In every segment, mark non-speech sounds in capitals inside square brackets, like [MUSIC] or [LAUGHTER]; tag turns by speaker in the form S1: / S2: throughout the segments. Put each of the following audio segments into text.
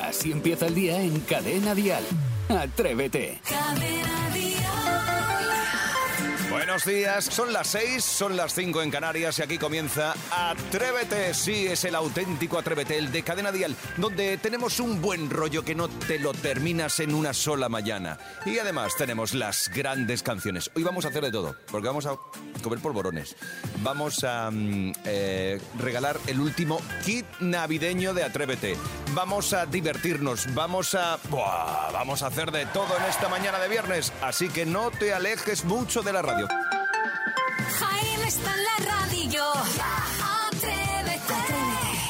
S1: Así empieza el día en Cadena Dial. Atrévete.
S2: Buenos días, son las 6, son las 5 en Canarias y aquí comienza Atrévete. Sí, es el auténtico Atrévete, el de Cadena Dial, donde tenemos un buen rollo que no te lo terminas en una sola mañana. Y además tenemos las grandes canciones. Hoy vamos a hacer de todo, porque vamos a comer polvorones. Vamos a mm, eh, regalar el último kit navideño de Atrévete. Vamos a divertirnos, vamos a... ¡buah! Vamos a hacer de todo en esta mañana de viernes, así que no te alejes mucho de la radio.
S3: Jaime está en la radio. Atrévete.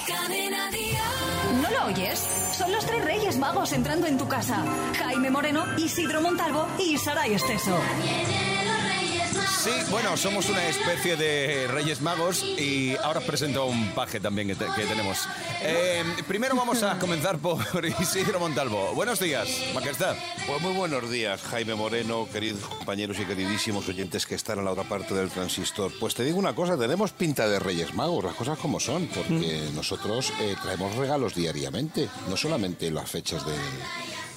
S3: Cadena Dial.
S4: ¿No lo oyes? Son los tres reyes magos entrando en tu casa. Jaime Moreno, Isidro Montalvo y Saray Esteso.
S2: Sí, bueno, somos una especie de Reyes Magos y ahora os presento a un paje también que, te- que tenemos. Eh, primero vamos a comenzar por [LAUGHS] Isidro Montalvo. Buenos días, majestad.
S5: Pues muy buenos días, Jaime Moreno, queridos compañeros y queridísimos oyentes que están a la otra parte del transistor. Pues te digo una cosa, tenemos pinta de Reyes Magos, las cosas como son, porque nosotros eh, traemos regalos diariamente, no solamente en las fechas de,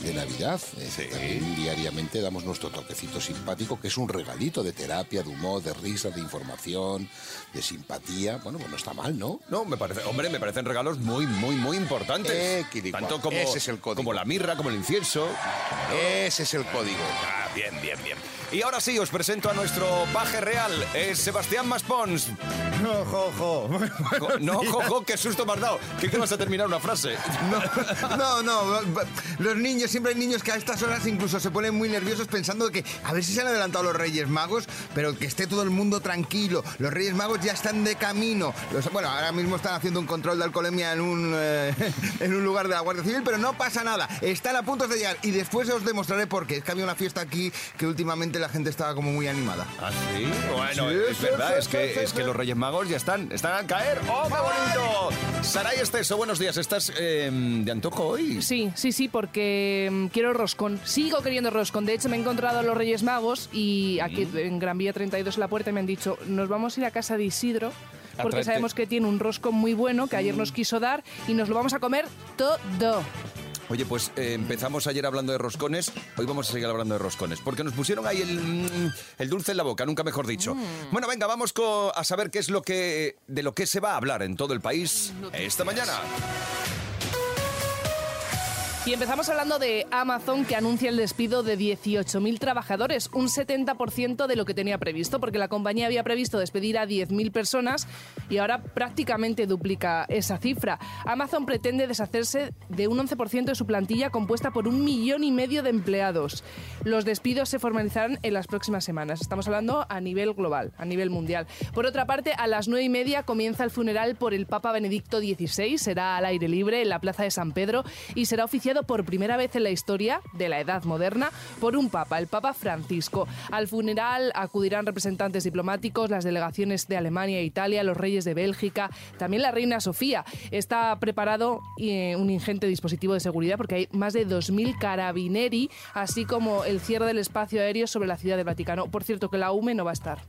S5: de Navidad, eh, también diariamente damos nuestro toquecito simpático, que es un regalito de terapia, de humor, de risa, de información, de simpatía. Bueno, pues no está mal, ¿no?
S2: No, me parece, hombre, me parecen regalos muy, muy, muy importantes.
S5: Eh, Quiricua,
S2: Tanto como,
S5: ese es el código.
S2: como la mirra, como el incienso.
S5: Ese es el código.
S2: Ah, bien, bien, bien. Y ahora sí, os presento a nuestro paje real, es Sebastián
S6: [LAUGHS]
S2: Maspons.
S6: No, Jojo.
S2: Jo- No, jojo, qué susto me has dado. ¿Qué, que vas a terminar una frase?
S6: No, no, no. Los niños, siempre hay niños que a estas horas incluso se ponen muy nerviosos pensando que a ver si se han adelantado los Reyes Magos, pero que esté todo el mundo tranquilo. Los Reyes Magos ya están de camino. Los- bueno, ahora mismo están haciendo un control de alcoholemia en un, eh, [LAUGHS] en un lugar de la Guardia Civil, pero no pasa nada. Están a punto de llegar y después os demostraré por qué. Es que había una fiesta aquí que últimamente la gente estaba como muy animada.
S2: ¿Ah, sí? Bueno,
S6: Sí,
S2: es
S6: sí,
S2: verdad,
S6: sí,
S2: es, que,
S6: sí, sí,
S2: es que
S6: sí.
S2: los Reyes Magos ya están, están al caer. ¡Oh, qué bonito! Saray Esteso, buenos días. ¿Estás eh, de antojo hoy?
S7: Sí, sí, sí, porque mm, quiero roscón. Sigo queriendo roscón. De hecho, me he encontrado a los Reyes Magos y aquí en Gran Vía 32 en la puerta y me han dicho, nos vamos a ir a casa de Isidro porque
S2: Atraente.
S7: sabemos que tiene un roscón muy bueno que ayer nos quiso dar y nos lo vamos a comer todo.
S2: Oye, pues eh, empezamos ayer hablando de roscones, hoy vamos a seguir hablando de roscones, porque nos pusieron ahí el, mm, el dulce en la boca, nunca mejor dicho.
S7: Mm.
S2: Bueno, venga, vamos co- a saber qué es lo que de lo que se va a hablar en todo el país esta mañana.
S7: Y empezamos hablando de Amazon que anuncia el despido de 18.000 trabajadores, un 70% de lo que tenía previsto, porque la compañía había previsto despedir a 10.000 personas y ahora prácticamente duplica esa cifra. Amazon pretende deshacerse de un 11% de su plantilla compuesta por un millón y medio de empleados. Los despidos se formalizarán en las próximas semanas. Estamos hablando a nivel global, a nivel mundial. Por otra parte, a las nueve y media comienza el funeral por el Papa Benedicto XVI. Será al aire libre en la Plaza de San Pedro y será oficiado por primera vez en la historia de la Edad Moderna por un Papa, el Papa Francisco. Al funeral acudirán representantes diplomáticos, las delegaciones de Alemania e Italia, los reyes de Bélgica, también la reina Sofía. Está preparado eh, un ingente dispositivo de seguridad porque hay más de 2.000 carabineri, así como el cierre del espacio aéreo sobre la ciudad del Vaticano. Por cierto, que la UME no va a estar.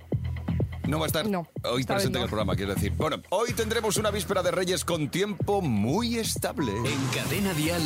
S2: No va a estar
S7: No,
S2: hoy
S7: esta vez
S2: presente en
S7: no.
S2: el programa, quiero decir. Bueno, hoy tendremos una víspera de Reyes con tiempo muy estable.
S1: En Cadena Dial,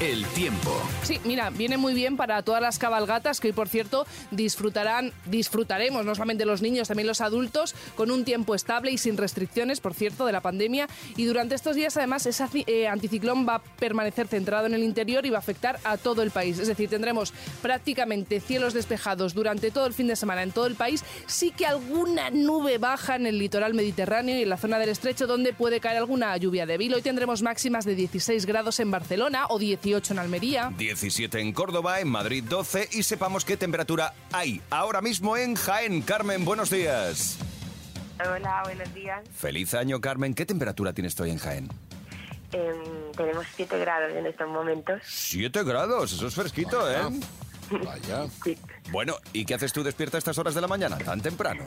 S1: el tiempo.
S7: Sí, mira, viene muy bien para todas las cabalgatas que hoy, por cierto, disfrutarán, disfrutaremos no solamente los niños, también los adultos, con un tiempo estable y sin restricciones, por cierto, de la pandemia. Y durante estos días, además, ese aci- eh, anticiclón va a permanecer centrado en el interior y va a afectar a todo el país. Es decir, tendremos prácticamente cielos despejados durante todo el fin de semana en todo el país. Sí que alguna nube baja en el litoral mediterráneo y en la zona del estrecho, donde puede caer alguna lluvia débil. Hoy tendremos máximas de 16 grados en Barcelona o 18 en Almería.
S2: 17 en Córdoba, en Madrid 12 y sepamos qué temperatura hay ahora mismo en Jaén. Carmen, buenos días.
S8: Hola, buenos días.
S2: Feliz año, Carmen. ¿Qué temperatura tienes hoy en Jaén?
S8: Em, tenemos 7 grados en estos momentos.
S2: 7 grados, eso es fresquito, ¿eh?
S5: Vaya.
S8: Sí.
S2: Bueno, ¿y qué haces tú despierta a estas horas de la mañana, tan temprano?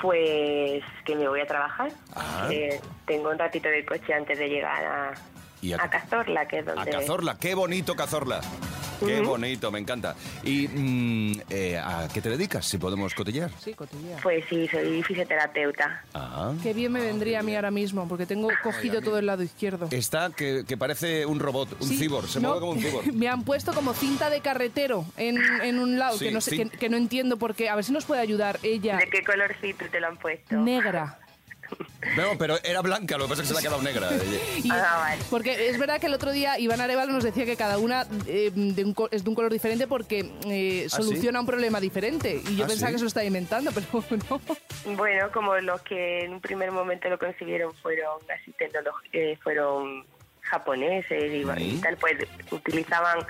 S8: Pues que me voy a trabajar.
S2: Ah.
S8: Eh, tengo un ratito del coche antes de llegar a,
S2: ¿Y a-
S8: a Cazorla, que es
S2: A
S8: donde...
S2: Cazorla, qué bonito Cazorla. Qué bonito, me encanta. ¿Y mm, eh, a qué te dedicas, si podemos cotillar?
S7: Sí, cotillea.
S8: Pues sí, soy fisioterapeuta.
S2: Ah.
S7: Qué bien me vendría a mí ahora mismo, porque tengo cogido todo el lado izquierdo.
S2: Está que, que parece un robot, un
S7: Sí,
S2: cibor, se
S7: no,
S2: mueve como un
S8: [LAUGHS]
S2: cibor.
S7: [LAUGHS] Me han puesto como cinta de carretero en, en un lado,
S2: Sí,
S7: que, no sé-
S2: sí.
S7: que, que no entiendo por qué. A ver si nos puede ayudar ella,
S8: ¿De qué colorcito te lo han puesto?
S7: negra.
S2: No, pero era blanca, lo que pasa es que se le ha quedado negra.
S8: [LAUGHS]
S7: Y-
S8: Ah, vale.
S7: Porque es verdad que el otro día Iván Arevalo nos decía que cada una eh, de un co- es de un color diferente porque eh,
S2: ¿Ah,
S7: soluciona un problema diferente. Y yo
S2: ¿Ah,
S7: pensaba
S2: sí?
S7: que se lo estaba inventando, [LAUGHS] pero no.
S8: Bueno, como los que en un primer momento lo concibieron fueron así tecnolog- eh, fueron japoneses y, y tal, pues utilizaban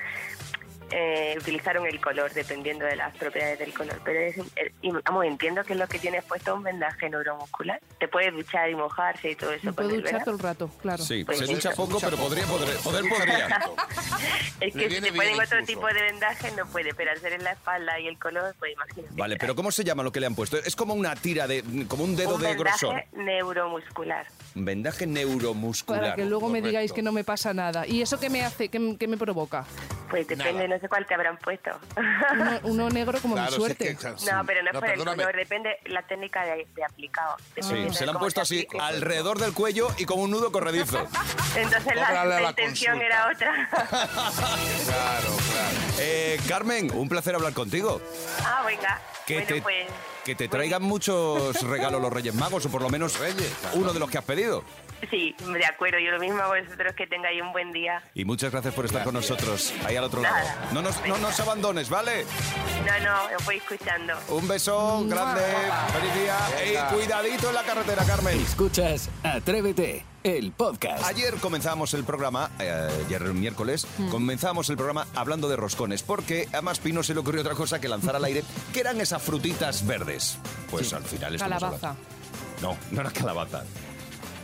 S8: eh, utilizaron el color dependiendo de las propiedades del color. Pero es, eh, y, vamos, entiendo que lo que tienes puesto es un vendaje neuromuscular. Te puedes duchar y mojarse y todo eso.
S7: Me
S8: con
S7: puedo
S8: él,
S7: duchar
S8: ¿verdad?
S7: todo el rato, claro.
S2: Sí,
S8: Pues
S2: se
S8: sí,
S2: ducha
S8: se
S2: poco,
S5: ducha
S2: pero
S5: poco.
S2: podría, podría- poder podría.
S8: Es
S5: Le
S8: que si
S5: viene
S8: te ponen
S5: bien
S8: otro
S5: incluso.
S8: tipo de vendaje no puede, pero al ser en la espalda y el color, pues imagínate.
S2: Vale, pero ¿cómo se llama lo que le han puesto? Es como una tira de. como un dedo
S8: un
S2: de
S8: vendaje
S2: grosor.
S8: neuromuscular.
S2: Vendaje neuromuscular.
S7: Para que luego me
S5: correcto.
S7: digáis que no me pasa nada. ¿Y eso qué me hace? ¿Qué, qué me provoca?
S8: Pues depende, no sé cuál te habrán puesto.
S7: Uno, uno negro como mi
S5: Claro, si es
S7: suerte.
S5: que, claro, sí.
S8: No, pero no es por el
S5: perdóname.
S8: color, depende la técnica de, de aplicado.
S2: Sí,
S8: dependiendo
S2: se
S8: de
S2: le han
S8: cómo
S2: puesto
S8: te
S2: así
S8: apliques.
S2: alrededor del cuello y con un nudo
S8: [LAUGHS]
S2: corredizo.
S8: Entonces la,
S5: Cóbrale a
S8: la
S5: la
S8: intención
S5: consulta.
S8: era otra. [LAUGHS]
S5: Claro, claro.
S2: Eh, Carmen, un placer hablar contigo.
S8: ah, venga.
S2: Que
S8: bueno,
S2: te,
S8: pues.
S2: que te
S8: bueno,
S2: traigan
S8: [LAUGHS]
S2: muchos regalos los Reyes Magos, o por lo menos uno de los que has pedido.
S8: Sí, de acuerdo. Yo lo mismo a vosotros que tengáis un buen día.
S2: Y muchas gracias por estar con nosotros, ahí al otro lado.
S8: Nada.
S2: No nos, no nos abandones, ¿vale?
S8: No, no, os voy escuchando.
S2: Un beso grande, feliz día y cuidadito en la carretera, Carmen.
S1: Escuchas Atrévete, el podcast.
S2: Ayer comenzamos el programa, eh, ayer miércoles,
S7: Mm.
S2: comenzamos el programa hablando de roscones, porque a Más Pino se le ocurrió otra cosa que lanzar
S7: [LAUGHS]
S2: al aire, que eran esas frutitas verdes. Pues al final estamos
S7: Calabaza.
S2: hablando- No, [LAUGHS] no era calabaza.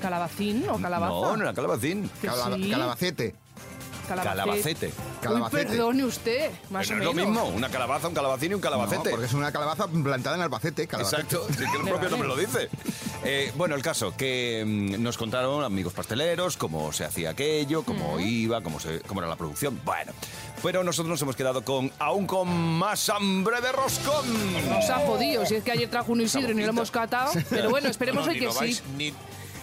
S7: ¿Calabacín o calabaza?
S2: No, no era calabacín.
S7: Que
S6: Calaba-
S7: sí.
S6: Calabacete.
S2: Calabacete.
S6: Calabacete.
S7: Uy, perdone usted. Más
S2: Pero
S7: o
S2: no es lo
S7: menos.
S2: mismo, una calabaza, un calabacín y un
S6: No,
S2: calabacete.
S6: porque es una calabaza plantada en Albacete, calabacete.
S2: Exacto, sí que el propio nombre lo dice. Eh, bueno, el caso, que mm, nos contaron amigos pasteleros cómo se hacía aquello, cómo iba, cómo, se, cómo era la producción. Bueno, pero nosotros nos hemos quedado con aún con más hambre de roscón.
S7: Nos ha jodido. Si es que ayer trajo uno Isidro y no lo
S5: boquita.
S7: hemos catado. Pero bueno, esperemos
S5: No,
S7: hoy
S5: ni
S7: que
S5: lo vais-
S7: sí.
S5: Ni,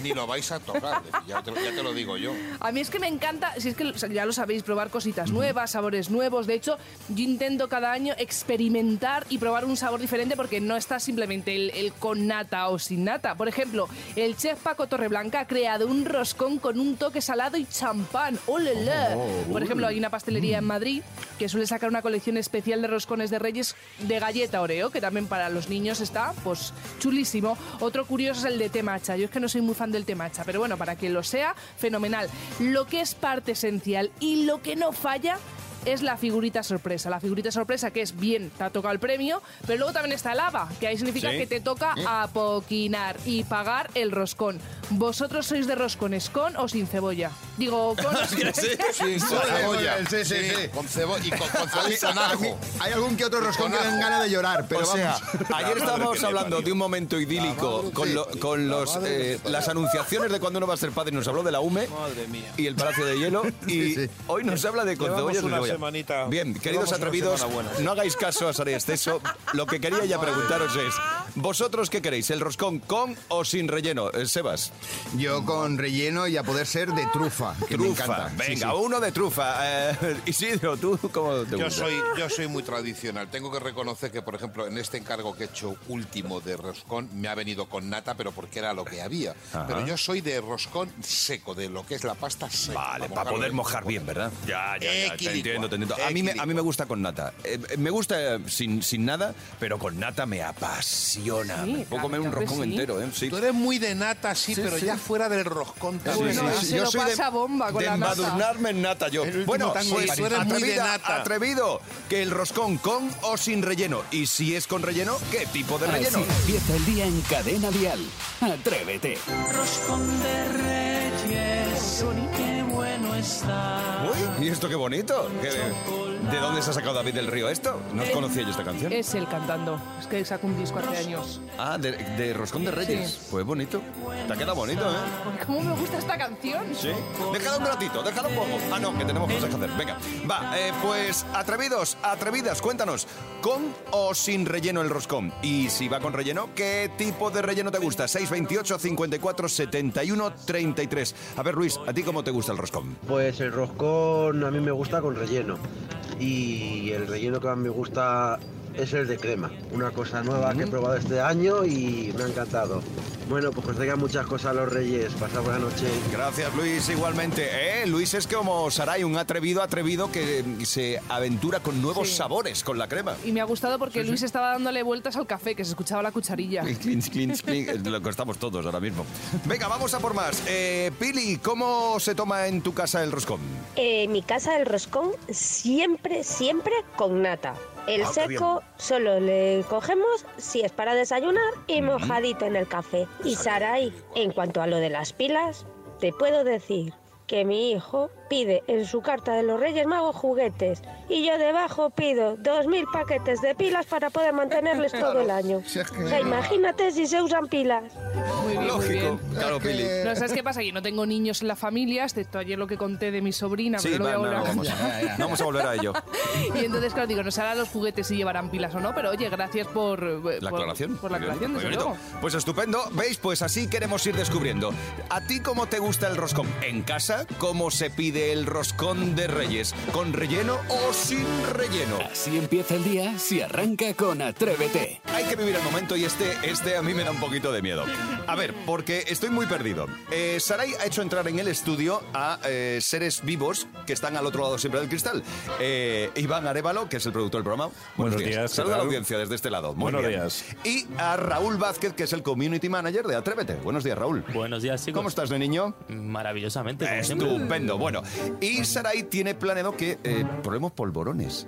S5: ni lo vais a tocar, ya te, ya te lo
S2: [LAUGHS]
S5: digo yo.
S7: A mí es que me encanta, si es que o sea, ya lo sabéis, probar cositas nuevas, sabores nuevos. De hecho, yo intento cada año experimentar y probar un sabor diferente porque no está simplemente el, el con nata o sin nata. Por ejemplo, el chef Paco Torreblanca ha creado un roscón con un toque salado y champán. ¡Olele! Por ejemplo, hay una pastelería en Madrid que suele sacar una colección especial de roscones de reyes de galleta Oreo, que también para los niños está pues chulísimo. Otro curioso es el de temacha. Yo es que no soy muy fan del temacha, pero bueno, para quien lo sea, fenomenal. Lo que es parte esencial y lo que no falla es la figurita sorpresa. La figurita sorpresa que es bien, te ha tocado el premio, pero luego también está el ABA, que ahí significa
S2: Sí.
S7: que te toca apoquinar y pagar el roscón. ¿Vosotros sois de roscones con o sin cebolla? Digo, con
S2: [LAUGHS]
S7: o sin
S2: ¿Ah, Sí, sí,
S5: Con
S2: sí.
S5: cebolla.
S6: sí, sí, sí.
S5: Con cebolla y con, con cebolla y con ajo.
S6: Hay algún que otro roscón que
S5: Con
S6: dan
S5: ajo.
S6: ganas de llorar, pero
S2: o sea,
S6: vamos.
S2: [LAUGHS]
S5: madre
S2: ayer
S5: que
S2: estábamos
S5: le
S2: hablando
S5: parió.
S2: de un momento idílico
S5: madre
S2: con,
S5: que-
S2: lo- con
S5: la
S2: los,
S5: madre que
S2: eh,
S5: le parió.
S2: las anunciaciones de cuando uno va a ser padre. Nos habló de la UME y el Palacio de
S5: [LAUGHS]
S2: Hielo. Y hoy nos habla de con
S9: Llevamos
S2: cebollas de
S9: una
S2: cebolla.
S9: semanita-
S2: Bien,
S9: llevamos
S2: queridos
S9: una
S2: atrevidos,
S9: semana buena.
S2: no hagáis caso a Sara y Esteso. Lo que quería ya preguntaros es, ¿vosotros qué queréis? ¿El roscón con o sin relleno? Eh, Sebas.
S6: Yo con relleno y a poder ser de trufa, que me encanta.
S2: Venga,
S6: Sí, sí.
S2: uno de trufa.
S5: [LAUGHS]
S2: Eh, Isidro, ¿tú cómo te
S5: Yo
S2: gusta?
S5: soy, yo soy muy tradicional. Tengo que reconocer que, por ejemplo, en este encargo que he hecho último de roscón, me ha venido con nata, pero porque era lo que había. Pero yo soy de roscón seco, de lo que es la pasta seca.
S2: Vale, para poder mojar bien, ¿verdad? Ya,
S7: Eh,
S5: Equidicua.
S2: te entiendo, te entiendo. A mí, me, a mí me gusta con nata. Eh, eh, me gusta eh, sin, sin nada, pero con nata me apasiona.
S7: Sí,
S2: me puedo
S7: claro,
S2: comer un
S7: claro que
S2: roscón
S7: sí.
S2: entero, ¿eh? Sí.
S5: Tú eres muy de nata, sí,
S2: Sí,
S5: pero
S2: sí.
S5: ya fuera del roscón también.
S7: Bueno,
S5: ¿eh?
S7: sí, sí. se lo
S2: soy
S7: pasa bomba con
S2: de
S7: la nata.
S2: embadurnarme en nata yo.
S5: El último
S2: Bueno,
S5: tango
S2: pues
S5: de París. Tú eres muy de
S2: atrevida,
S5: nata.
S2: atrevido, que el roscón con o sin relleno. Y si es con relleno, ¿qué tipo de
S1: Así
S2: relleno?
S1: empieza el día en Cadena Dial. Atrévete.
S10: Roscón de Reyes, qué bueno
S2: Uy, ¿y esto qué bonito? ¿Qué- ¿De dónde se ha sacado David del Río esto? No
S7: Eh,
S2: conocía yo esta canción.
S7: Es él cantando. Es que sacó un disco hace años.
S2: Ah, de, de Roscón de Reyes.
S7: Sí.
S2: Pues bonito. Te ha quedado bonito, ¿eh?
S7: Porque ¿Cómo me gusta esta canción?
S2: Sí. Dejad un ratito, dejad un poco. Ah, no, que tenemos cosas que hacer. Venga, va, eh, pues atrevidos, atrevidas, cuéntanos, ¿con o sin relleno el roscón? Y si va con relleno, ¿qué tipo de relleno te gusta? 628 54 71 33. A ver, Luis, ¿a ti cómo te gusta el roscón?
S9: Pues el roscón a mí me gusta con relleno. Y el relleno que más me gusta es el de crema. Una cosa nueva
S2: Mm.
S9: que he probado este año y me ha encantado. Bueno, pues que os traigan muchas cosas los reyes. Pasad buena noche.
S2: Gracias, Luis, igualmente. Eh, Luis es como Saray, un atrevido atrevido que se aventura con nuevos sabores con la crema.
S7: Y me ha gustado porque Luis estaba dándole vueltas al café, que se escuchaba la cucharilla.
S2: El clinch, clinch, clinch, es lo que estamos todos ahora mismo. Venga, vamos a por más. Eh, Pili, ¿cómo se toma en tu casa el roscón?
S10: En Eh, mi casa el roscón siempre, siempre con nata. El
S2: Ah, qué
S10: seco solo le cogemos si es para desayunar y mojadito en el café. Y Sarai, en cuanto a lo de las pilas, te puedo decir que mi hijo pide en su carta de los Reyes Magos juguetes y yo debajo pido 2.000 paquetes de pilas para poder mantenerles todo el año.
S6: Si es que-
S10: O sea, imagínate si se usan pilas.
S7: Muy bien, muy bien.
S2: claro, Pili.
S7: No, ¿sabes qué pasa? Yo no tengo niños en la familia, excepto ayer lo que conté de mi sobrina,
S2: Sí,
S7: pero
S2: va,
S7: lo voy a
S2: no,
S7: volver a
S2: vamos, a, no vamos a volver a
S7: [LAUGHS]
S2: ello.
S7: Y entonces, claro, digo, no será los juguetes si llevarán pilas o no, pero oye, gracias por... eh,
S2: La
S7: por-
S2: aclaración.
S7: Por la
S2: Muy bien,
S7: aclaración,
S2: muy
S7: desde
S2: bonito.
S7: luego.
S2: Pues estupendo. ¿Veis? Pues así queremos ir descubriendo. ¿A ti cómo te gusta el roscón? ¿En casa? ¿Cómo se pide el roscón de Reyes? ¿Con relleno o sin relleno?
S1: Así empieza el día si arranca con Atrévete.
S2: Hay que vivir el momento y este, este a mí me da un poquito de miedo. A ver, porque estoy muy perdido. Eh, Sarai ha hecho entrar en el estudio a eh, seres vivos que están al otro lado siempre del cristal. Eh, Iván Arevalo, que es el productor del programa.
S11: Buenos días, ¿qué
S2: Saluda a la
S11: tal?
S2: audiencia desde este lado. Muy
S11: Buenos
S2: bien.
S11: días.
S2: Y a Raúl Vázquez, que es el community manager de Atrévete. Buenos días, Raúl.
S11: Buenos días, chicos.
S2: ¿Cómo estás, de niño?
S11: Maravillosamente. como siempre.
S2: Estupendo. Bueno, y Sarai tiene planeado que eh, probemos polvorones.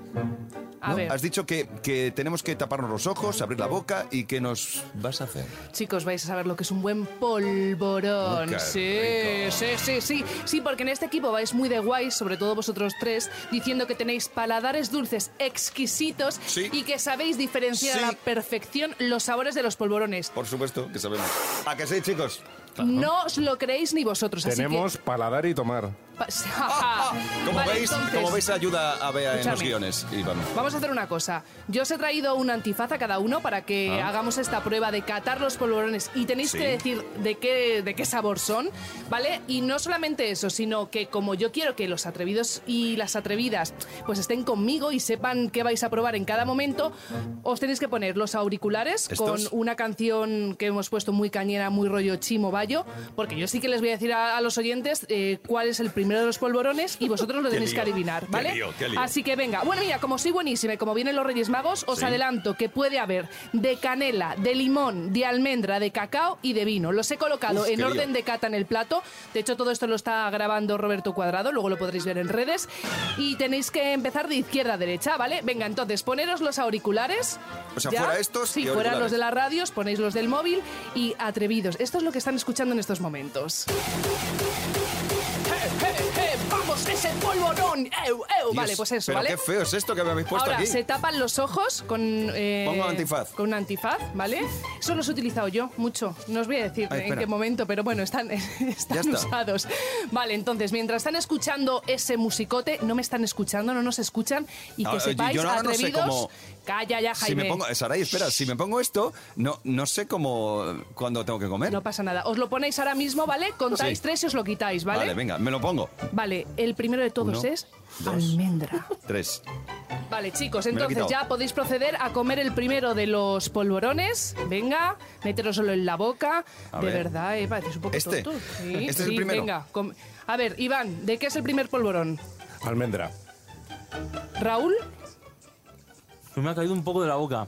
S7: A
S2: ¿no?
S7: ver,
S2: Has dicho que, que tenemos que taparnos los ojos, abrir la boca y que nos vas a hacer.
S7: chicos, vais a saber lo que es un buen polvorón.
S2: Uy, qué
S7: sí,
S2: rico.
S7: sí, sí, sí. Sí, porque en este equipo vais muy de guays, sobre todo vosotros tres, diciendo que tenéis paladares dulces exquisitos
S2: Sí.
S7: y que sabéis diferenciar
S2: Sí.
S7: a la perfección los sabores de los polvorones.
S2: Por supuesto que sabemos. ¿A que sí, chicos?
S7: No os lo creéis ni vosotros, así que-
S11: Tenemos paladar y tomar.
S7: Pa- [LAUGHS]
S2: Ah, ah. Como,
S7: Vale,
S2: veis,
S7: entonces,
S2: como veis, ayuda a Bea en los
S7: Escúchame.
S2: guiones. Y vamos.
S7: Vamos a hacer una cosa. Yo os he traído un antifaz a cada uno para que hagamos esta prueba de catar los polvorones y tenéis
S2: Ah. Sí.
S7: que decir de qué, de qué sabor son, ¿vale? Y no solamente eso, sino que como yo quiero que los atrevidos y las atrevidas pues estén conmigo y sepan qué vais a probar en cada momento, os tenéis que poner los auriculares
S2: ¿Estos?
S7: con una canción que hemos puesto muy cañera, muy rollo chimo bayo, porque yo sí que les voy a decir a, a los oyentes eh, cuál es el primero de los polvorones y vosotros lo
S2: Qué
S7: tenéis que
S2: lío,
S7: adivinar,
S2: qué
S7: ¿vale?
S2: lío, qué lío.
S7: Así que venga. Bueno, mira, como soy buenísima y como vienen los Reyes Magos, os
S2: Sí.
S7: adelanto que puede haber de canela, de limón, de almendra, de cacao y de vino. Los he colocado
S2: Uf, qué
S7: en
S2: lío.
S7: orden de cata en el plato. De hecho, todo esto lo está grabando Roberto Cuadrado, luego lo podréis ver en redes. Y tenéis que empezar de izquierda a derecha, ¿vale? Venga, entonces, poneros los auriculares.
S2: O sea, fuera estos
S7: Sí,
S2: y
S7: fuera
S2: auriculares.
S7: los de la radio, os ponéis los del móvil y atrevidos. Esto es lo que están escuchando en estos momentos. ¡Eh, eh, eh! ¡Vamos, ese polvorón! ¡Eu, eu! Vale,
S2: Dios,
S7: pues eso,
S2: pero
S7: ¿vale?
S2: qué feo es esto que me habéis puesto
S7: Ahora
S2: aquí.
S7: se tapan los ojos con. eh,
S2: Pues Pongo antifaz.
S7: Con un antifaz, ¿vale? Eso los he utilizado yo mucho. No os voy a decir
S2: Ay,
S7: en
S2: Ah, espera.
S7: qué momento, pero bueno, están, [LAUGHS]
S2: Ya
S7: están
S2: está.
S7: usados. Vale, entonces, mientras están escuchando ese musicote, no me están escuchando, no nos escuchan y
S2: Ah,
S7: que
S2: oye,
S7: sepáis,
S2: yo ahora no sé
S7: atrevidos.
S2: cómo-
S7: Calla ya,
S2: Si
S7: Jaime.
S2: me pongo, Saray, espera, si me pongo esto, no, no sé cómo, cuándo tengo que comer.
S7: No pasa nada. Os lo ponéis ahora mismo, ¿vale? Contáis
S2: ¿eh? Sí.
S7: tres y os lo quitáis, ¿vale?
S2: Vale, venga, me lo pongo.
S7: Vale, el primero de todos
S2: Uno,
S7: es
S2: dos.
S7: almendra.
S2: Tres.
S7: Vale, chicos,
S2: Me lo he
S7: entonces
S2: quitado.
S7: ya podéis proceder a comer el primero de los polvorones. Venga, méteroslo en la boca.
S2: A
S7: de
S2: ver.
S7: verdad, eh, pareces un poco
S2: ¿Este?
S7: tonto.
S2: [LAUGHS]
S7: Sí,
S2: ¿Este es el
S7: sí,
S2: primero?
S7: Venga, com- a ver, Iván, ¿de qué es el primer polvorón?
S11: Almendra.
S7: ¿Raúl?
S9: Me ha caído un poco de la boca.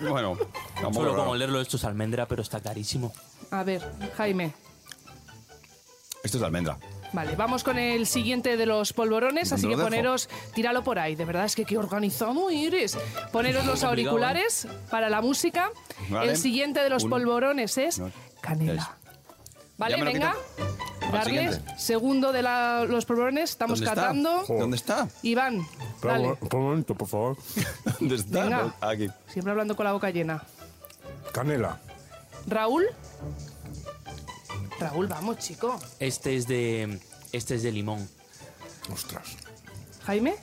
S2: Bueno, tampoco raro.
S9: leerlo esto es almendra, pero está carísimo.
S7: A ver, Jaime.
S2: Esto es almendra.
S7: Vale, vamos con el siguiente de los polvorones, así
S2: Lo
S7: que
S2: dejo.
S7: poneros, tíralo por ahí, de verdad es que qué organizado eres. Poneros los
S9: complicado,
S7: auriculares para la música.
S2: ¿eh? Vale.
S7: El siguiente de los
S2: Uno,
S7: polvorones es
S2: dos,
S7: canela.
S2: Ya
S7: Vale,
S2: me lo
S7: venga.
S2: quito.
S7: Darles,
S11: siguiente.
S7: segundo de la- los polvorones, estamos
S2: ¿Dónde está?
S7: catando.
S2: ¿Dónde está? [LAUGHS]
S7: Iván, dale.
S11: Un momento, por favor.
S2: ¿Dónde está?
S7: Venga.
S2: Aquí.
S7: Siempre hablando con la boca llena.
S11: Canela.
S7: Raúl. Raúl, vamos, chico.
S12: Este es de. Este es de limón.
S11: Ostras.
S7: Jaime.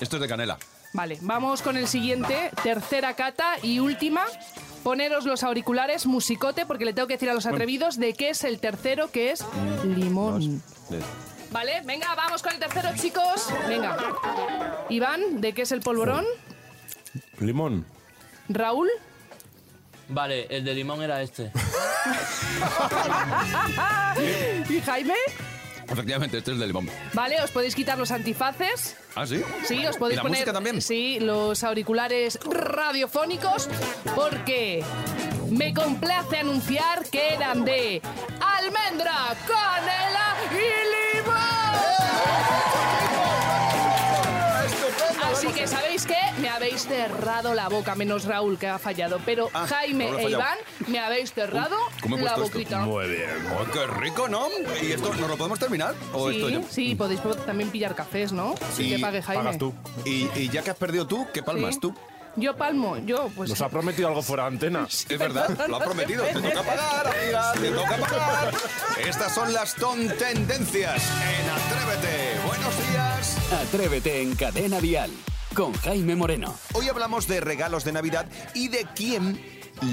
S2: Esto es de canela.
S7: Vale, vamos con el siguiente, tercera cata y última. Poneros los auriculares, musicote, porque le tengo que decir a los atrevidos de qué es el tercero, que es
S11: Mm.
S7: limón. Vale, venga, vamos con el tercero, chicos. Venga. Iván, ¿de qué es el polvorón?
S11: Limón.
S7: Raúl.
S12: Vale, el de limón era este.
S7: [LAUGHS] ¿Y Jaime?
S2: Efectivamente, este es de limón.
S7: Vale, os podéis quitar los antifaces.
S2: ¿Ah, sí?
S7: Sí, os podéis
S2: ¿Y la
S7: poner
S2: música también?
S7: Sí, los auriculares radiofónicos porque me complace anunciar que eran de almendra, canela y limón. Así que sabéis que me habéis cerrado la boca, menos Raúl que ha fallado, pero Jaime
S2: Raúl ha Ah,
S7: e
S2: fallado.
S7: Iván me habéis cerrado
S2: ¿Cómo he
S7: la
S2: puesto esto?
S7: boquita.
S2: Muy bien. Oh, ¡Qué rico, ¿no? ¿Y esto nos lo podemos terminar? ¿O esto ya?
S7: Sí, sí, podéis po- también pillar cafés, ¿no? Sí, que pague Jaime.
S10: Eh.
S2: Y, y ya que has perdido tú, ¿qué palmas
S7: Sí.
S2: tú?
S7: Yo palmo, yo pues
S11: Nos ha prometido algo fuera de antena.
S2: Es verdad, lo ha prometido. Te toca pagar, amiga, te toca pagar. Estas son las ton tendencias en Atrévete. Buenos días.
S1: Atrévete en Cadena Dial con Jaime Moreno.
S2: Hoy hablamos de regalos de Navidad y de quién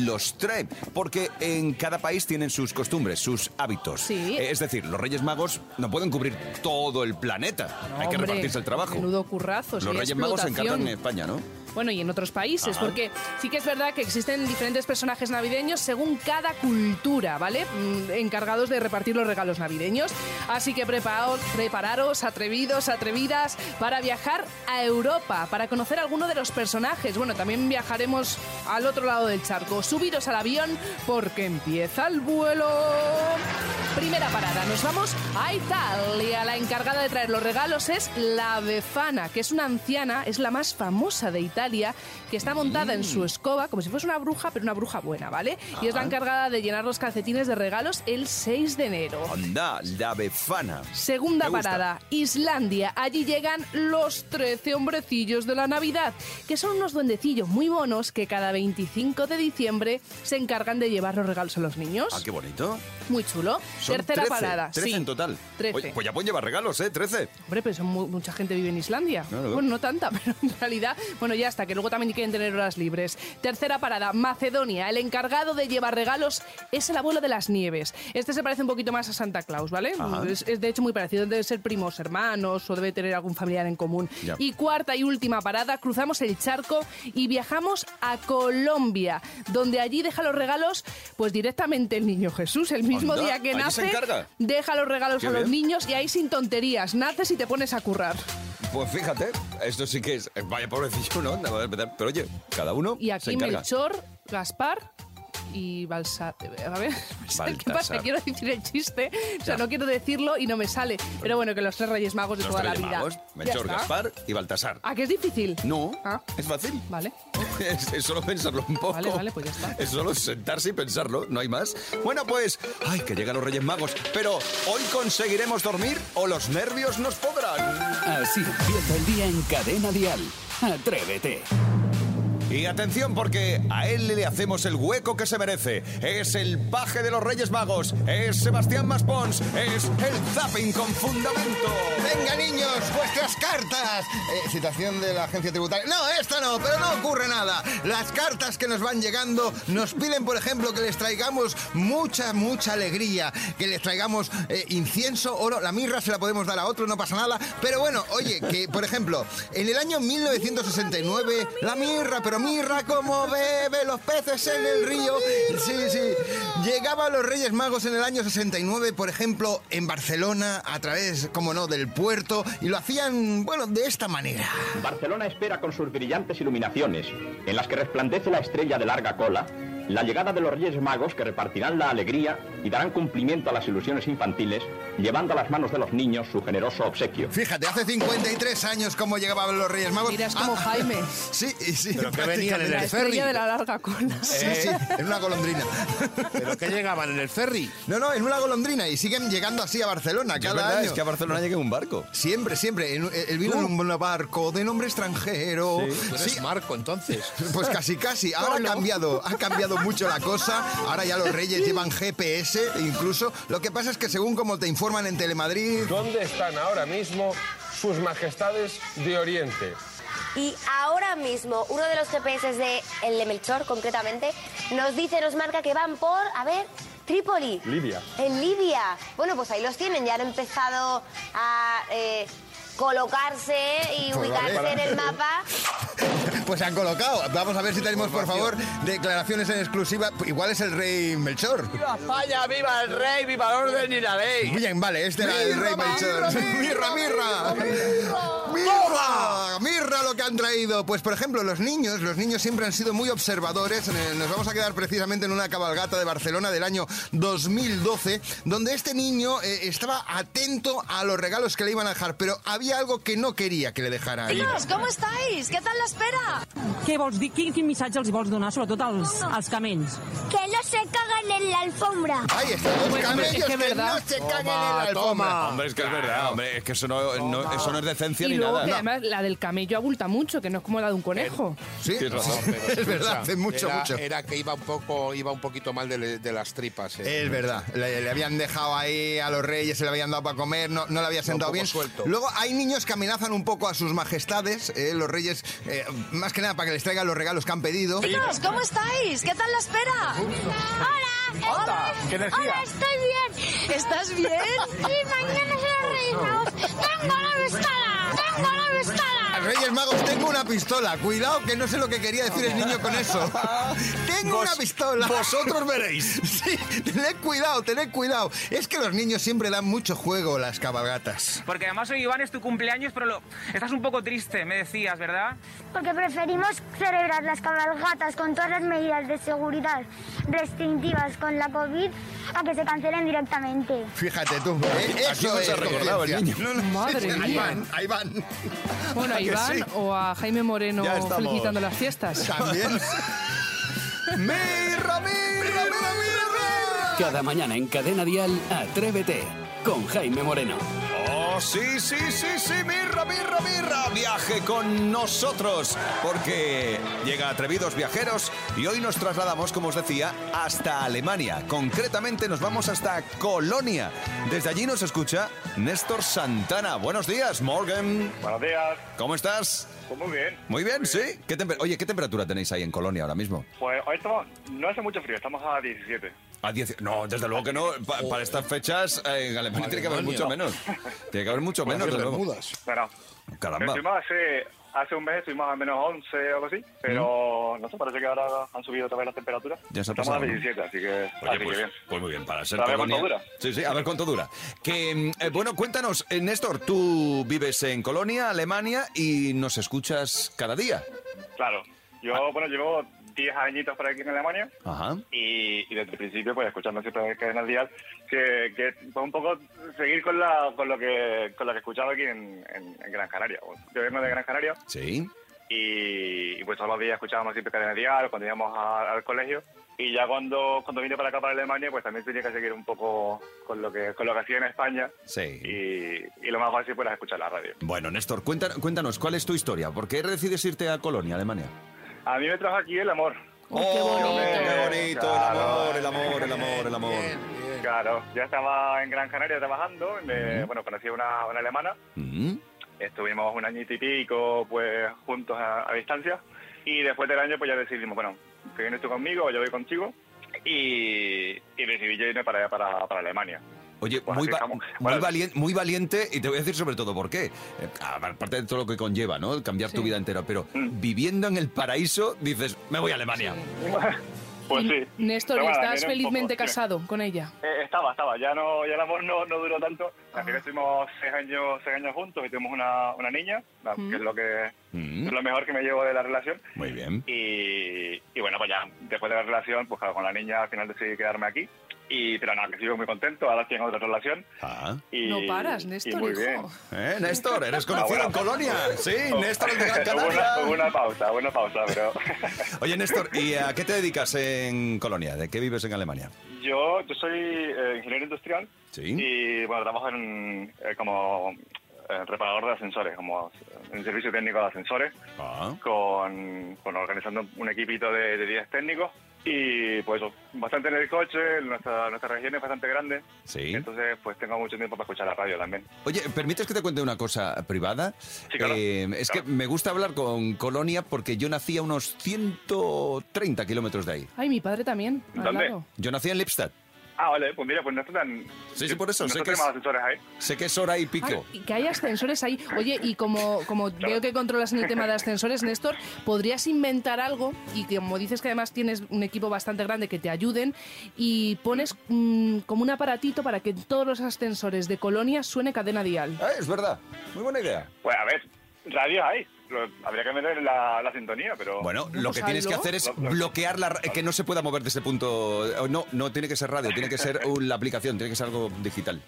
S2: los trae, porque en cada país tienen sus costumbres, sus hábitos. Eh,
S7: Sí.
S2: Es decir, los Reyes Magos no pueden cubrir todo el planeta. Hay que
S7: Hombre,
S2: repartirse el trabajo.
S7: Menudo currazo. sí,
S2: los Reyes Magos se
S7: explotación.
S2: encargan en España, ¿no?
S7: Bueno, y en otros países,
S2: Ajá.
S7: porque sí que es verdad que existen diferentes personajes navideños según cada cultura, ¿vale? Mm, Encargados de repartir los regalos navideños. Así que preparaos, prepararos, atrevidos, atrevidas, para viajar a Europa, para conocer alguno de los personajes. Bueno, también viajaremos al otro lado del charco. Subiros al avión porque empieza el vuelo. Primera parada, nos vamos a Italia. La encargada de traer los regalos es la Befana, que es una anciana, es la más famosa de Italia, que está montada en su escoba como si fuese una bruja, pero una bruja buena, ¿vale? Y es la
S2: Ajá.
S7: encargada de llenar los calcetines de regalos el 6 de enero.
S2: Anda, la befana.
S7: Segunda
S2: Me gusta.
S7: parada, Islandia. Allí llegan los 13 hombrecillos de la Navidad, que son unos duendecillos muy monos que cada 25 de diciembre se encargan de llevar los regalos a los niños.
S2: Ah, qué bonito.
S7: Muy chulo.
S2: Son
S7: Tercera
S2: 13,
S7: parada.
S2: 13
S7: sí.
S2: en total.
S7: 13.
S2: Oye, pues ya pueden llevar regalos, ¿eh? 13.
S7: Hombre, pero son mu- mucha gente vive en Islandia.
S2: Claro.
S7: Bueno, no tanta, [LAUGHS] pero en realidad, bueno, ya está, que luego también quieren tener horas libres. Tercera parada, Macedonia. El encargado de llevar regalos es el abuelo de las nieves. Este se parece un poquito más a Santa Claus, ¿vale?
S13: Ajá.
S7: Es, es de hecho muy parecido, debe ser primos hermanos o debe tener algún familiar en común.
S13: Ya.
S7: Y cuarta y última parada, cruzamos el charco y viajamos a Colombia, donde allí deja los regalos, pues directamente el niño Jesús, el mismo
S2: Anda,
S7: día que
S2: allí se
S7: nace,
S2: encarga.
S7: deja los regalos
S2: Qué
S7: a los
S2: bien.
S7: niños y ahí sin tonterías, naces y te pones a currar.
S2: Pues fíjate, esto sí que es. Vaya pobrecillo, ¿no? Nada más empezar. Pero oye, cada uno
S7: Y
S2: se
S7: aquí
S2: encarga.
S7: Melchor, Gaspar y Balsar. A ver, [LAUGHS] Baltasar, ¿qué pasa?
S2: Baltasar.
S7: Quiero decir el chiste, o sea,
S2: Ya.
S7: no quiero decirlo y no me sale. Pero bueno, que los tres Reyes Magos de
S2: Los
S7: toda
S2: tres
S7: la vida.
S2: magos,
S7: Ya
S2: Melchor,
S7: está.
S2: Gaspar y Baltasar.
S7: ¿A que es difícil?
S2: No,
S7: Ah,
S2: es fácil.
S7: vale.
S2: [LAUGHS] Es, es solo pensarlo un poco.
S7: Vale, vale, pues ya está.
S2: Es solo sentarse y pensarlo, no hay más. Bueno, pues, ay, que llegan los Reyes Magos. Pero, ¿hoy conseguiremos dormir o los nervios nos podrán?
S1: Así empieza el día en Cadena Dial. Atrévete.
S2: Y atención, porque a él le hacemos el hueco que se merece. Es el paje de los Reyes Magos. Es Sebastián Maspons. Es el zapping con fundamento.
S6: Venga, niños, vuestras cartas. Eh, citación de la agencia tributaria. No, esta no, pero no ocurre nada. Las cartas que nos van llegando nos piden, por ejemplo, que les traigamos mucha, mucha alegría. Que les traigamos eh, incienso, oro. La mirra se la podemos dar a otro, no pasa nada. Pero bueno, oye, que, por ejemplo, en el año 1969, la mirra, pero mirra como bebe los peces en el río. Sí, sí. Llegaba a los Reyes Magos en el año 69, por ejemplo, en Barcelona, a través, como no, del puerto, y lo hacían, bueno, de esta manera.
S14: Barcelona espera con sus brillantes iluminaciones, en las que resplandece la estrella de larga cola,
S13: La llegada de los Reyes Magos que repartirán la alegría y darán cumplimiento a las ilusiones infantiles, llevando a las manos de los niños su generoso obsequio.
S6: Fíjate, hace 53 años cómo llegaban los Reyes Magos. Mira,
S7: es
S2: Ah. [LAUGHS]
S7: como Jaime.
S6: Sí, sí.
S14: Pero que venían en
S7: La
S14: el ferry.
S7: estrella de la larga
S2: [LAUGHS]
S7: cola.
S6: Sí,
S2: eh.
S6: sí, en una golondrina. [LAUGHS]
S14: ¿Pero que llegaban en el ferry?
S6: No, no, en una golondrina y siguen llegando así a Barcelona
S2: Es
S6: cada
S2: verdad,
S6: año.
S2: es que a Uh. Barcelona llega un barco.
S6: Siempre, siempre. Él, él vino en un barco de nombre extranjero.
S14: Sí. Tú eres Marco, entonces.
S6: Pues casi, casi. Ahora ha cambiado, ha cambiado mucho la cosa. Ahora ya los reyes llevan GPS, incluso. Lo que pasa es que según como te informan en Telemadrid...
S15: ¿Dónde están ahora mismo sus majestades de Oriente?
S16: Y ahora mismo, uno de los GPS de el de Melchor, concretamente, nos dice, nos marca que van por, a ver, Trípoli.
S15: Libia.
S16: En Libia. Bueno, pues ahí los tienen, ya han empezado a eh, colocarse y
S6: Pues
S16: ubicarse
S6: vale.
S16: en el mapa.
S6: [LAUGHS] Pues se han colocado. Vamos a ver si tenemos, por favor, declaraciones en exclusiva. Igual es el rey Melchor.
S17: ¡Viva España! ¡Viva el rey! ¡Viva el orden y la ley!
S6: Bien, vale, este era el rey Melchor. Mirra, mirra. ¡Mirra! ¡Mirra lo que han traído! Pues, por ejemplo, los niños, los niños siempre han sido muy observadores. Eh, Nos vamos a quedar precisamente en una cabalgata de Barcelona del año 2012, donde este niño eh, estaba atento a los regalos que le iban a dejar, pero había algo que no quería que le dejara ahí.
S18: Chicos, com estàs? Què tal l'espera? Què vols dir? Quin, quin missatge els vols donar, sobretot als, als camells? Que no se caguen en l'alfombra.
S6: Ahí está, los camellos que no se caguen en la alfombra.
S2: Hombre, es que es verdad, hombre, es que eso no, no- eso no es decencia
S7: Y
S2: ni
S7: luego
S2: nada.
S7: que además la del camello abulta mucho, que no es como la de un conejo.
S6: Sí,
S2: Tienes razón, pero
S6: [LAUGHS] es verdad, hace mucho,
S14: era,
S6: mucho.
S14: Era que iba un poco, iba un poquito mal de, le- de las tripas. eh.
S6: Es verdad, le, le habían dejado ahí a los reyes, se le habían dado para comer, no, no le había sentado
S14: poco
S6: bien.
S14: suelto.
S6: Luego hay niños que amenazan un poco a sus majestades, eh, los reyes, eh, más que nada para que les traigan los regalos que han pedido.
S18: Chicos, com estàs? Què tal l'espera? Hola! Hola!
S6: qué energía. Hola,
S18: estoy bien. ¿Estás bien? Sí, mañana será Reyes Magos. Tengo la pistola. Tengo la pistola.
S6: Reyes Magos, tengo una pistola. Cuidado, que no sé lo que quería decir el niño con eso. tengo una pistola. [LAUGHS] Vosotros veréis. Sí, tened cuidado, tened cuidado. Es que los niños siempre dan mucho juego las cabalgatas.
S19: Porque además hoy, Iván, es tu cumpleaños, pero lo- estás un poco triste, me decías, ¿verdad?
S20: Porque preferimos celebrar las cabalgatas con todas las medidas de seguridad restrictivas con la COVID a que se cancelen directamente.
S6: Fíjate tú. eh,
S2: Aquí
S6: eso
S2: no
S6: es
S2: se ha recordado el
S6: conciencia.
S2: niño.
S6: No, no,
S7: [LAUGHS] Madre
S6: Eh, sí, sí, ahí
S7: mía.
S6: van, ahí van. [LAUGHS]
S7: Bueno, a
S6: ¿Que
S7: Iván
S6: sí?
S7: o a Jaime Moreno
S6: Ya estamos.
S7: felicitando las fiestas.
S2: [LAUGHS]
S6: También. ¡Mirra, mirra, mirra, mirra!
S1: Cada mañana en Cadena Dial, Atrévete con Jaime Moreno.
S2: Oh, sí, sí, sí, sí, mirra, mirra, mirra. Viaje con nosotros, porque llega Atrevidos Viajeros y hoy nos trasladamos, como os decía, hasta Alemania. Concretamente nos vamos hasta Colonia. Desde allí nos escucha Néstor Santana. Buenos días, Morgan.
S21: Buenos días.
S2: ¿Cómo estás?
S21: Pues muy bien.
S2: Muy bien, sí. ¿Qué temper- Oye, ¿qué temperatura tenéis ahí en Colonia ahora mismo?
S21: Pues hoy estamos, no hace mucho frío, estamos a 17.
S2: A 10 No, desde luego que no. Pa- para estas fechas eh, en Alemania tiene que haber
S21: Alemania.
S2: mucho menos. Tiene que haber mucho menos, desde luego.
S21: Pero, pero
S2: Caramba.
S21: estuvimos hace, hace un mes, estuvimos al menos 11 o algo
S2: Mm.
S21: así, pero no sé, parece que ahora han subido otra vez las temperaturas.
S2: Ya se ha
S21: estamos
S2: pasado,
S21: a
S2: ¿no?
S21: 17, así que, así que
S2: pues,
S21: bien.
S2: pues muy bien, para ser
S21: A ver
S2: colonia-
S21: cuánto dura.
S2: Sí, sí, a ver cuánto dura. Que, mm, eh, bueno, cuéntanos, eh, Néstor, tú vives en Colonia, Alemania, y nos escuchas cada día.
S21: Claro, yo,
S2: Ah.
S21: bueno, llevo 10 añitos por aquí en Alemania.
S2: Ajá.
S21: Y, y desde el principio, pues escuchando siempre la cadena dial, que, que fue un poco seguir con, la, con, lo, que, con lo que escuchaba aquí en, en- en Gran Canaria. Yo vengo de Gran Canaria
S2: Sí.
S21: y, y pues todos los días escuchábamos siempre cadena dial cuando íbamos a- al colegio. Y ya cuando, cuando vine para acá, para Alemania, pues también tenía que seguir un poco con lo que, con lo que hacía en España.
S2: Sí.
S21: Y, y lo más fácil pues, era escuchar la radio.
S2: Bueno, Néstor, cuéntanos, cuéntanos, ¿cuál es tu historia? ¿Por qué decides irte a Colonia, Alemania?
S21: A mí me trajo aquí el amor.
S2: ¡Oh,
S21: Yo me-
S2: qué bonito!
S21: Claro.
S2: El amor, el amor, el amor, el amor.
S21: Claro, yo estaba en Gran Canaria trabajando, y me- bueno, conocí a una, una alemana, estuvimos un añito y pico pues juntos a, a distancia y después del año pues ya decidimos, bueno, que vienes tú conmigo o yo voy contigo y, y decidí yo irme para, allá, para, para Alemania.
S2: Oye,
S21: Pues
S2: muy,
S21: así
S2: va-
S21: estamos.
S2: muy
S21: Bueno.
S2: valien- muy valiente, y te voy a decir sobre todo por qué. Eh, Aparte de todo lo que conlleva, ¿no? Cambiar tu vida entera, pero viviendo en el paraíso, dices, me voy a Alemania.
S6: Pues sí.
S7: Néstor,
S6: Pero nada, que
S7: ¿estás
S6: era un
S7: felizmente
S6: poco-
S7: casado con ella?
S6: Eh, estaba, estaba. Ya no, ya el amor no, no duró tanto. Al final estuvimos seis años, seis años juntos y tuvimos una, una niña, la-
S7: Mm.
S6: que es lo que
S2: Mm.
S6: es lo mejor que me llevo de la relación.
S2: Muy bien.
S6: Y, y bueno, pues ya después de la relación, pues claro, con la niña al final decidí quedarme aquí. Y, pero nada, que sigo muy contento. Ahora estoy en otra relación. Y-
S7: No paras,
S6: y
S7: Néstor,
S6: muy
S7: hijo.
S6: bien.
S2: Ah. ¿Eh, Néstor? Eres conocido en Colonia. Sí, Néstor el de Gran
S6: Hubo una-
S2: Canaria.
S6: hubo una pausa, hubo una pausa, pero... [LAUGHS]
S2: Oye, Néstor, ¿y a qué te dedicas en Colonia? ¿De qué vives en Alemania?
S6: Yo, yo soy eh, ingeniero industrial
S2: Sí.
S6: y bueno, trabajo en, eh, como eh, reparador de ascensores, como eh, en servicio técnico de ascensores,
S2: Ah,
S6: con, con organizando un equipito de de 10 técnicos y pues eso, bastante en el coche, nuestra, nuestra región es bastante grande,
S2: Sí.
S6: entonces pues tengo mucho tiempo para escuchar la radio también.
S2: Oye, ¿permites que te cuente una cosa privada? Eh, es que me gusta hablar con Colonia porque yo nací a unos 130 kilómetros de ahí.
S7: Ay, mi padre también. al
S2: ¿Dónde?
S7: lado.
S2: Yo nací en Lipstadt.
S6: Ah, vale, pues mira, pues no está tan...
S2: Sí, sí, por eso,
S6: no
S2: sé que
S6: está tan
S2: es-
S6: mal ascensores ahí.
S2: Sé que es hora y pico.
S7: Y que hay ascensores ahí. Oye, y como, como veo que controlas en el tema de ascensores, Néstor, podrías inventar algo y que, como dices que además tienes un equipo bastante grande que te ayuden y pones mm, como un aparatito para que en todos los ascensores de Colonia suene cadena dial.
S2: Ah, es verdad. Muy buena idea.
S6: Pues a ver, radio hay, lo- habría que meter la, la sintonía, pero...
S2: Bueno, lo
S7: pues
S2: que tienes que hacer es bloquear la ra- eh, que no se pueda mover de ese punto. O No, no tiene que ser radio, tiene que ser un- la aplicación, tiene que ser algo digital.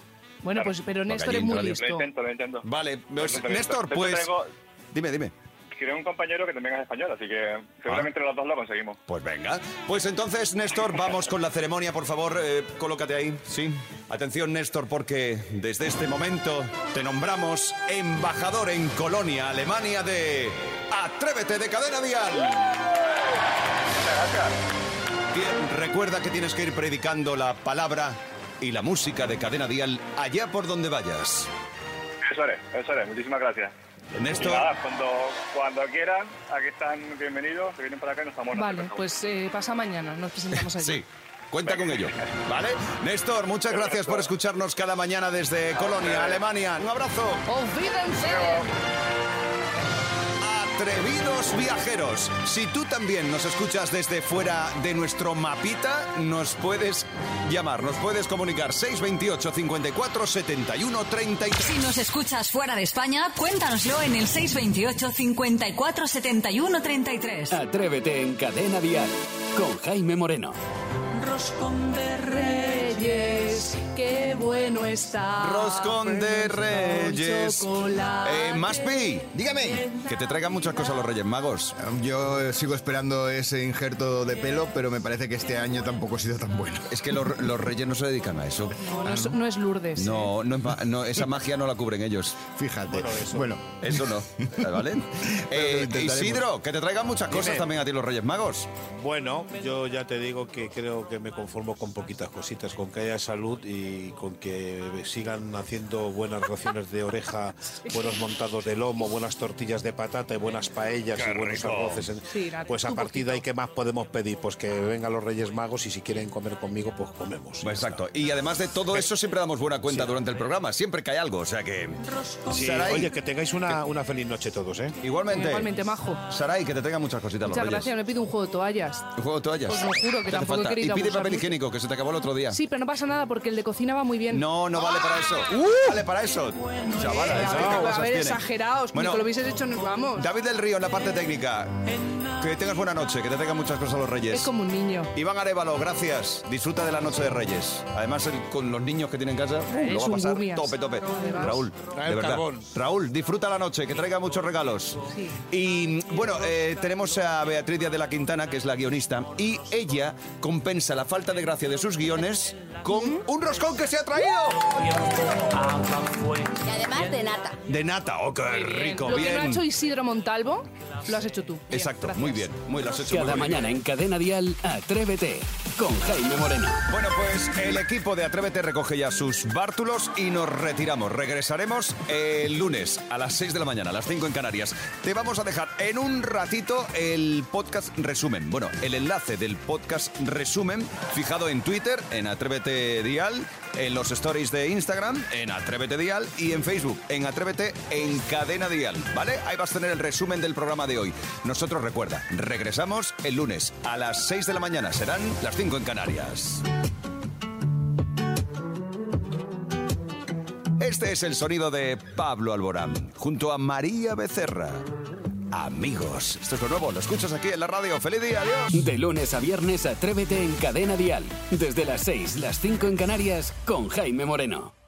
S7: Bueno, pues, pero
S2: Porque
S7: Néstor
S2: allí
S7: es
S2: en
S7: muy
S2: radio-
S7: listo.
S6: Lo intento.
S2: Vale,
S6: Lo
S2: pues,
S6: intento, lo
S2: Néstor,
S6: intento.
S2: pues
S6: Tengo-
S2: dime, dime.
S6: Creo un compañero que también es español, así que
S2: Ah.
S6: seguramente los dos lo conseguimos.
S2: Pues venga. Pues entonces, Néstor, vamos con la ceremonia, por favor. eh, colócate ahí, sí. Atención, Néstor, porque desde este momento te nombramos embajador en Colonia, Alemania de Atrévete de Cadena Vial. Bien, recuerda que tienes que ir predicando la palabra y la música de Cadena Dial allá por donde vayas.
S6: Eso es, eso es. Muchísimas gracias.
S2: Néstor.
S6: Y nada, cuando, cuando quieran, aquí están bienvenidos. Si vienen para acá, nos estamos.
S7: Vale, pues eh, pasa mañana, nos presentamos allí.
S2: Sí, cuenta con ello. ¿Vale? Néstor, muchas gracias por escucharnos cada mañana desde Colonia, Alemania. Un abrazo.
S7: ¡Olvídense!
S2: Atrevidos viajeros, si tú también nos escuchas desde fuera de nuestro mapita, nos puedes llamar, nos puedes comunicar 628 54 71 33.
S4: Si nos escuchas fuera de España, cuéntanoslo en el 628 54 71 33.
S1: Atrévete en Cadena Dial con Jaime Moreno.
S7: Roscón de Reyes, qué bueno está.
S2: Roscón de Reyes. Eh, Maspi,
S22: Dígame.
S2: Que te traigan muchas cosas los Reyes Magos.
S22: Yo eh, sigo esperando ese injerto de pelo, pero me parece que este año tampoco ha sido tan bueno.
S2: Es que los, los Reyes no se dedican a eso.
S7: No, no es, no es Lourdes.
S2: No, no, es ma- no, esa magia no la cubren ellos.
S22: Fíjate. Bueno, eso.
S2: eso
S22: [LAUGHS]
S2: no. ¿Vale? Eh,
S5: intentaremos.
S2: Isidro, que te traigan muchas cosas
S5: Dime.
S2: también a ti los Reyes Magos.
S5: Bueno, yo ya te digo que creo que me conformo con poquitas cositas, con que haya salud y con que sigan haciendo buenas raciones de
S14: [LAUGHS]
S5: oreja, buenos montados de lomo, buenas tortillas de patata y buenas paellas
S23: ¡Qué
S5: y buenos
S23: rico!
S5: arroces. En-
S23: Sí, dale,
S5: Pues a
S23: un
S5: partir de ahí, ¿qué más podemos pedir? Pues que vengan los Reyes Magos y si quieren comer conmigo, pues comemos.
S2: Exacto. Y además de todo eso, siempre damos buena cuenta durante el programa. Siempre que hay algo. O sea que.
S5: Sí,
S2: Sarai,
S5: oye, que tengáis una, una feliz noche todos, ¿eh?
S2: Igualmente.
S7: Igualmente, majo.
S2: Sarai, que te traigan muchas cositas los
S7: Muchas
S2: Reyes.
S7: gracias, me pido un juego de toallas.
S2: Un juego de toallas.
S7: Os lo juro que
S2: Te hace
S7: tampoco he
S2: falta.
S7: querido
S2: Y pide
S7: abusar
S2: papel
S7: mucho.
S2: higiénico, que se te acabó el otro día.
S7: Sí, pero no pasa nada porque el de cocina va muy bien. Ah. Uh.
S2: No, no vale para eso. Vale para eso. Chavala,
S7: eh, a
S2: eso,
S7: ver,
S2: ¿qué
S7: a
S2: cosas
S7: ver,
S2: tiene?
S7: exageraos, ni
S2: Bueno,
S7: que lo hubieses hecho, nos vamos.
S2: David del Río en la parte técnica. Que tengas buena noche, que te traigan muchas cosas los Reyes.
S7: Es como un niño.
S2: Iván Arevalo, gracias. Disfruta de la noche de Reyes. Además, el- con los niños que tiene en casa, uh, lo
S7: Es
S2: va a
S7: un
S2: pasar
S7: gumias.
S2: tope, tope.
S7: Además.
S2: Raúl,
S5: Trae
S2: de
S5: el
S2: verdad.
S5: carbón.
S2: Raúl, disfruta la noche, que traiga muchos regalos.
S7: Sí.
S2: Y bueno, eh, tenemos a Beatriz Díaz de la Quintana, que es la guionista, y ella compensa la falta de gracia de sus guiones con un roscón que se ha traído.
S18: Y además de nata.
S2: De nata, oh, qué rico,
S7: Lo que no ha
S2: bien.
S7: hecho Isidro Montalvo, lo has hecho tú. Bien,
S2: Exacto,
S7: gracias.
S2: muy bien, muy lo has hecho
S1: Cada
S2: muy bien.
S1: mañana en Cadena Dial, Atrévete. con Jaime Moreno.
S2: Bueno, pues el equipo de Atrévete recoge ya sus bártulos y nos retiramos. Regresaremos el lunes a las 6 de la mañana, a las 5 en Canarias. Te vamos a dejar en un ratito el podcast resumen. Bueno, el enlace del podcast resumen fijado en Twitter, en Atrévete Dial, en los stories de Instagram, en Atrévete Dial y en Facebook, en Atrévete en Cadena Dial. ¿Vale? Ahí vas a tener el resumen del programa de hoy. Nosotros recuerda, regresamos el lunes a las 6 de la mañana. Serán las 5 en Canarias. Este es el sonido de Pablo Alborán, junto a María Becerra. Amigos, esto es lo nuevo, lo escuchas aquí en la radio. ¡Feliz día! ¡Adiós!
S1: De lunes a viernes, atrévete en Cadena Dial. Desde las 6, las 5 en Canarias, con Jaime Moreno.